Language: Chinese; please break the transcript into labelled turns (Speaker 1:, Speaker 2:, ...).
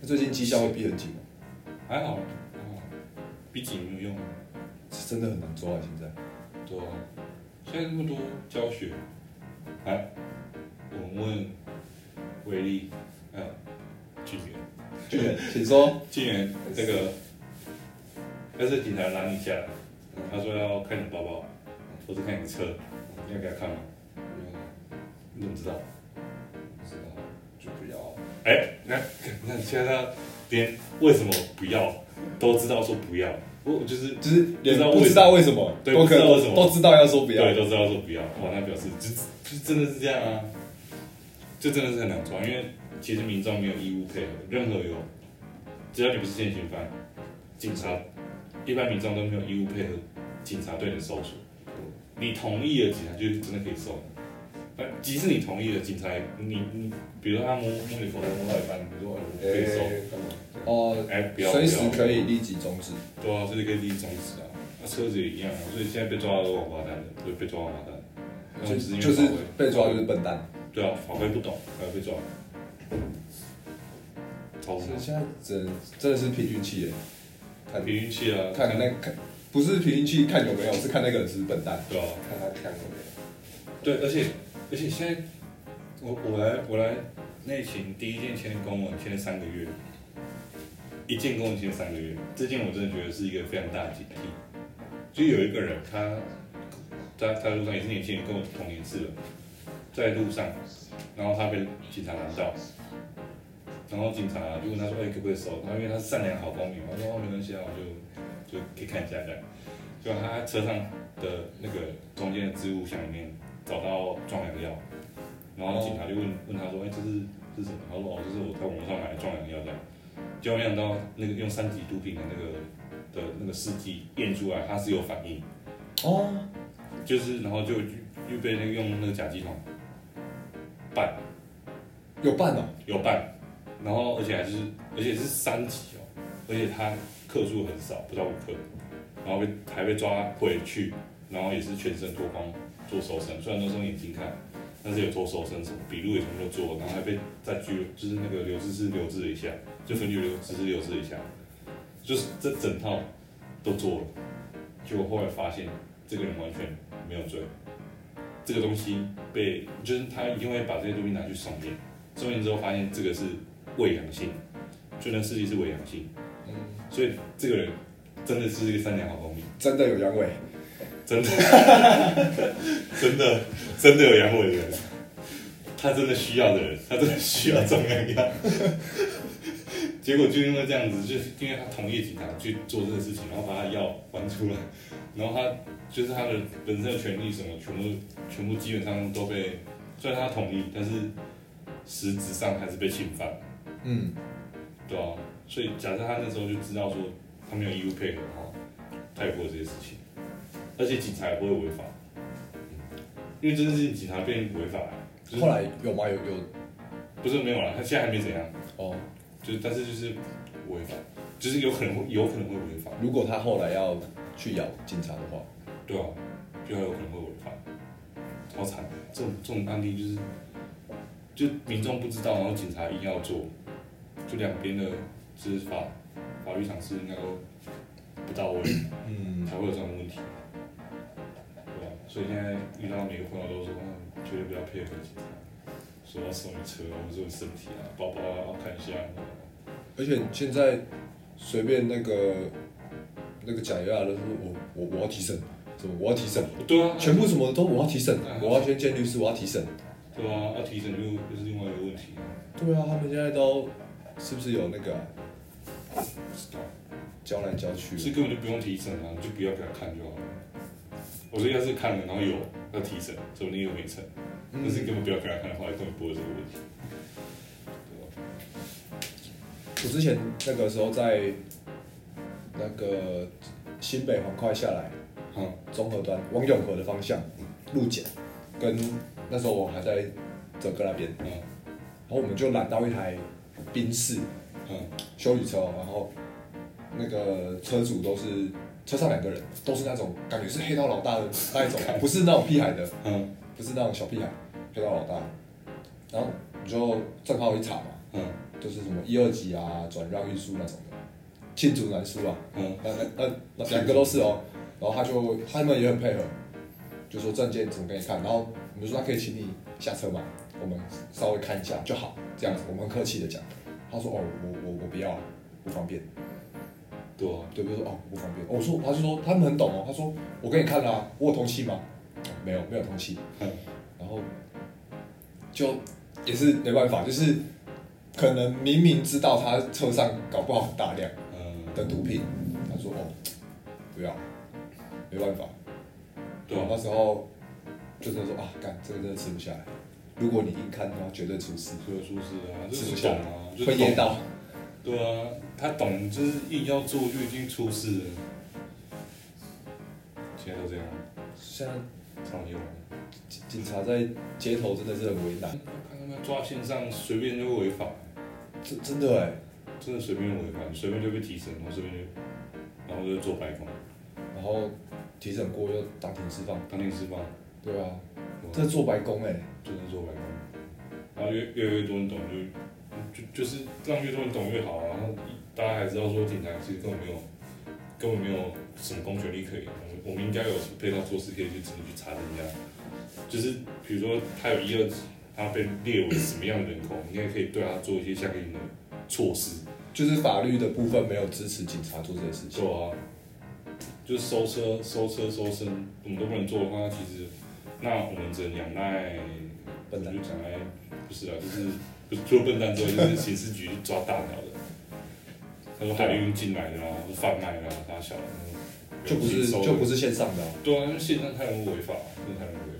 Speaker 1: 那最近绩效会逼很紧吗？
Speaker 2: 还好，还好，比紧没有用。
Speaker 1: 是真的很难抓啊！现 在
Speaker 2: 对啊，现在那么多教学，来，我们问威力，呃还有俊元，
Speaker 1: 请说。
Speaker 2: 俊元这个，要是警察拦你下来，他说要看你包包，或是看你车，你要给他看吗？你怎么知道？
Speaker 1: 不知道，就不要。
Speaker 2: 哎、那那现在他连为什么不要都知道说不要，我我就是
Speaker 1: 就是连
Speaker 2: 不
Speaker 1: 不
Speaker 2: 知
Speaker 1: 知
Speaker 2: 道
Speaker 1: 道为什么，
Speaker 2: 对
Speaker 1: 都可能
Speaker 2: 不知道为什么
Speaker 1: 都知道要说不要
Speaker 2: 对，，都知道说不要，哇，那表示就就真的是这样啊，就真的是很难抓，因为其实民众没有义务配合，任何有，只要你不是现行犯，警察一般民众都没有义务配合警察对你的搜索，你同意了，警察就真的可以搜。但即使你同意了，警察也你你，比如说他摸摸你口袋摸到一半，你说哎我可以搜，
Speaker 3: 哎，
Speaker 1: 哦，
Speaker 2: 哎、不要，
Speaker 1: 随时
Speaker 2: 不要
Speaker 1: 可以立即终止。
Speaker 2: 对啊，所以可以立即终止啊。那、车子也一样啊，所以现在被抓的都王八蛋的，就被抓王八蛋。那
Speaker 1: 就
Speaker 2: 我们只因为
Speaker 1: 就是
Speaker 2: 法规
Speaker 1: 被抓就是笨蛋。
Speaker 2: 对啊，法规不懂，还有被抓。超
Speaker 1: 所以现在真真的是凭运气耶，看
Speaker 2: 凭运气啊，
Speaker 1: 看那看不是凭运气看有没有，是看那个人是不是笨蛋。
Speaker 2: 对啊，
Speaker 3: 看他看过没？
Speaker 2: 对，而且而且现在我我来我来内勤第一件签公文签了三个月，一件公文签三个月，这件我真的觉得是一个非常大的警惕。就有一个人他在在路上也是年轻人，跟我同年次的，在路上，然后他被警察拦到，然后警察就问他说：“哎、可不可以收？”他因为他是善良好公民嘛，他说：“哦，没关系啊，我就就可以看一下这样。”就他在车上的那个中间的置物箱里面找到壮阳药，然后警察就问问他说：“哎、这是这是什么？”他说：“哦，这是我在网上买的壮阳药这样。”结果没想到那个用三级毒品的那个的那个试剂验出来，它是有反应。
Speaker 1: 哦，
Speaker 2: 就是然后就又被那个用那个甲基桶拌
Speaker 1: 有办哦，
Speaker 2: 有拌，然后而且还是而且是三级哦，而且它克数很少，不到五克，然后被还被抓回去，然后也是全身脱光做搜身，虽然都是用眼睛看，但是有做搜身，什么笔录也全部都做，然后还被再拘，就是那个留置室留置了一下，就分局留置室留置了一下，就是这整套都做了，结果后来发现这个人完全没有罪，这个东西被就是他一定会把这些东西拿去送验，送验之后发现这个是伪阳性，就那试剂是伪阳性，所以这个人真的是一个善良好公民，
Speaker 1: 真的有阳痿。
Speaker 2: 真的， 真的，真的有阳痿的人，他真的需要的人，他真的需要壮阳药。结果就因为这样子，就是因为他同意警察去做这个事情，然后把他药还出来，然后他就是他的本身的权利什么，全部全部基本上都被，虽然他同意，但是实质上还是被侵犯。
Speaker 1: 嗯，
Speaker 2: 对啊，所以假设他那时候就知道说他没有义务配合的话，他也不会有这些事情，而且警察也不会违法，嗯因为这件事情警察变违法了、就是
Speaker 1: 后来有吗？有有
Speaker 2: 不是没有了，他现在还没怎样，
Speaker 1: 哦。
Speaker 2: 就是但是就是违法，就是有可能会有可能会违法，
Speaker 1: 如果他后来要去咬警察的话，
Speaker 2: 对啊，就还有可能会违法，超惨，这种这种案例就是就民众不知道，然后警察硬要做，就两边的就是法法律常识应该都不到位。
Speaker 1: 嗯，
Speaker 2: 才会有这种问题，对吧、啊所以现在遇到每个朋友都说，嗯绝对不要配合警察，说要送你车啊，或者说你身体啊、包包啊，要看一下。
Speaker 1: 而且现在随便那个那个假牙都说我我我要提审，什么我要提审，
Speaker 2: 对啊，
Speaker 1: 全部什么都我要提审
Speaker 2: 嗯，
Speaker 1: 我要先见律师，我要提审。
Speaker 2: 对啊，要提审就又是另外一个问题啊，
Speaker 1: 对啊，他们现在都是不是有那个啊
Speaker 2: 不知道，
Speaker 1: 交来交去？
Speaker 2: 是根本就不用提审啊，你就不要给他看就好了。我说要是看了，然后有要提审，说不定又没成，但是根本不要给他看的话，根本不会有这个问题。对啊吧
Speaker 1: 我之前那个时候在那个新北环快下来，
Speaker 2: 嗯，
Speaker 1: 综合端往永和的方向路检，跟那时候我还在整个那边，
Speaker 2: 嗯
Speaker 1: 然后我们就拦到一台宾士
Speaker 2: 嗯
Speaker 1: 修理车哦，然后那个车主都是车上两个人，都是那种感觉是黑道老大的那一种，不是那种屁孩的，
Speaker 2: 嗯
Speaker 1: 不是那种小屁孩，黑道老大。然后你就正好一查嘛，
Speaker 2: 嗯
Speaker 1: 就是什么一二级啊、转让运输那种的，罄竹难书啊，
Speaker 2: 嗯
Speaker 1: 那那那那两个都是哦。然后他就他们也很配合，就说证件怎么给你看，然后我们说那可以请你下车嘛，我们稍微看一下就好，这样子我们很客气的讲。他说哦，我我我不要，不方便。
Speaker 2: 对啊，
Speaker 1: 对，比如说哦不方便，哦我说他就说他们很懂哦，他说我给你看啦、啊我有通气吗？哦没有没有通气，
Speaker 2: 嗯
Speaker 1: 然后就也是没办法，就是可能明明知道他车上搞不好很大量
Speaker 2: 嗯，
Speaker 1: 的毒品，他说哦不要，没办法，
Speaker 2: 对
Speaker 1: 那
Speaker 2: 啊，
Speaker 1: 时候就真的说啊干这个真的吃不下来，如果你硬看的话绝对出事，
Speaker 2: 所有出事啊，就
Speaker 1: 吃
Speaker 2: 是
Speaker 1: 不
Speaker 2: 不
Speaker 1: 下
Speaker 2: 懂
Speaker 1: 来
Speaker 2: 啊，就是
Speaker 1: 会噎到，
Speaker 2: 对啊，他懂，就是硬要做就已经出事了。现在都这样，
Speaker 1: 现在
Speaker 2: 常用。
Speaker 1: 警警察在街头真的是很为难，
Speaker 2: 看他们抓线上随便就违法，
Speaker 1: 真真的哎、
Speaker 2: 真的随便违法，你随便就被提审，然后随便就，然后就做白工，
Speaker 1: 然后提审过又当庭释放，
Speaker 2: 当天释放，
Speaker 1: 对啊，
Speaker 2: 对
Speaker 1: 这做白工哎、
Speaker 2: 真的做白工。然后越越来越多人懂就，就就是让越多人懂越好啊。然后大家还知道说警察其实根本没有，根本没有什么公权力可以，我们我们应该有配套措施可以去怎么去查人家。就是比如说他有一二级，他被列为什么样的人口，我们应该可以对他做一些相应的措施。
Speaker 1: 就是法律的部分没有支持警察做这些事情，
Speaker 2: 对啊，就是收车、收车、收身，我们都不能做的话，其实那我们只能仰赖，
Speaker 1: 笨蛋
Speaker 2: 我就仰赖，不是啊，就是不是除了笨蛋之外，就是刑事局去抓大鸟的。他说海运进来的啦，或贩卖的啦，大小的，
Speaker 1: 就不是就不是线上的啊、
Speaker 2: 对啊，因为线上太容易违法，真的太容易违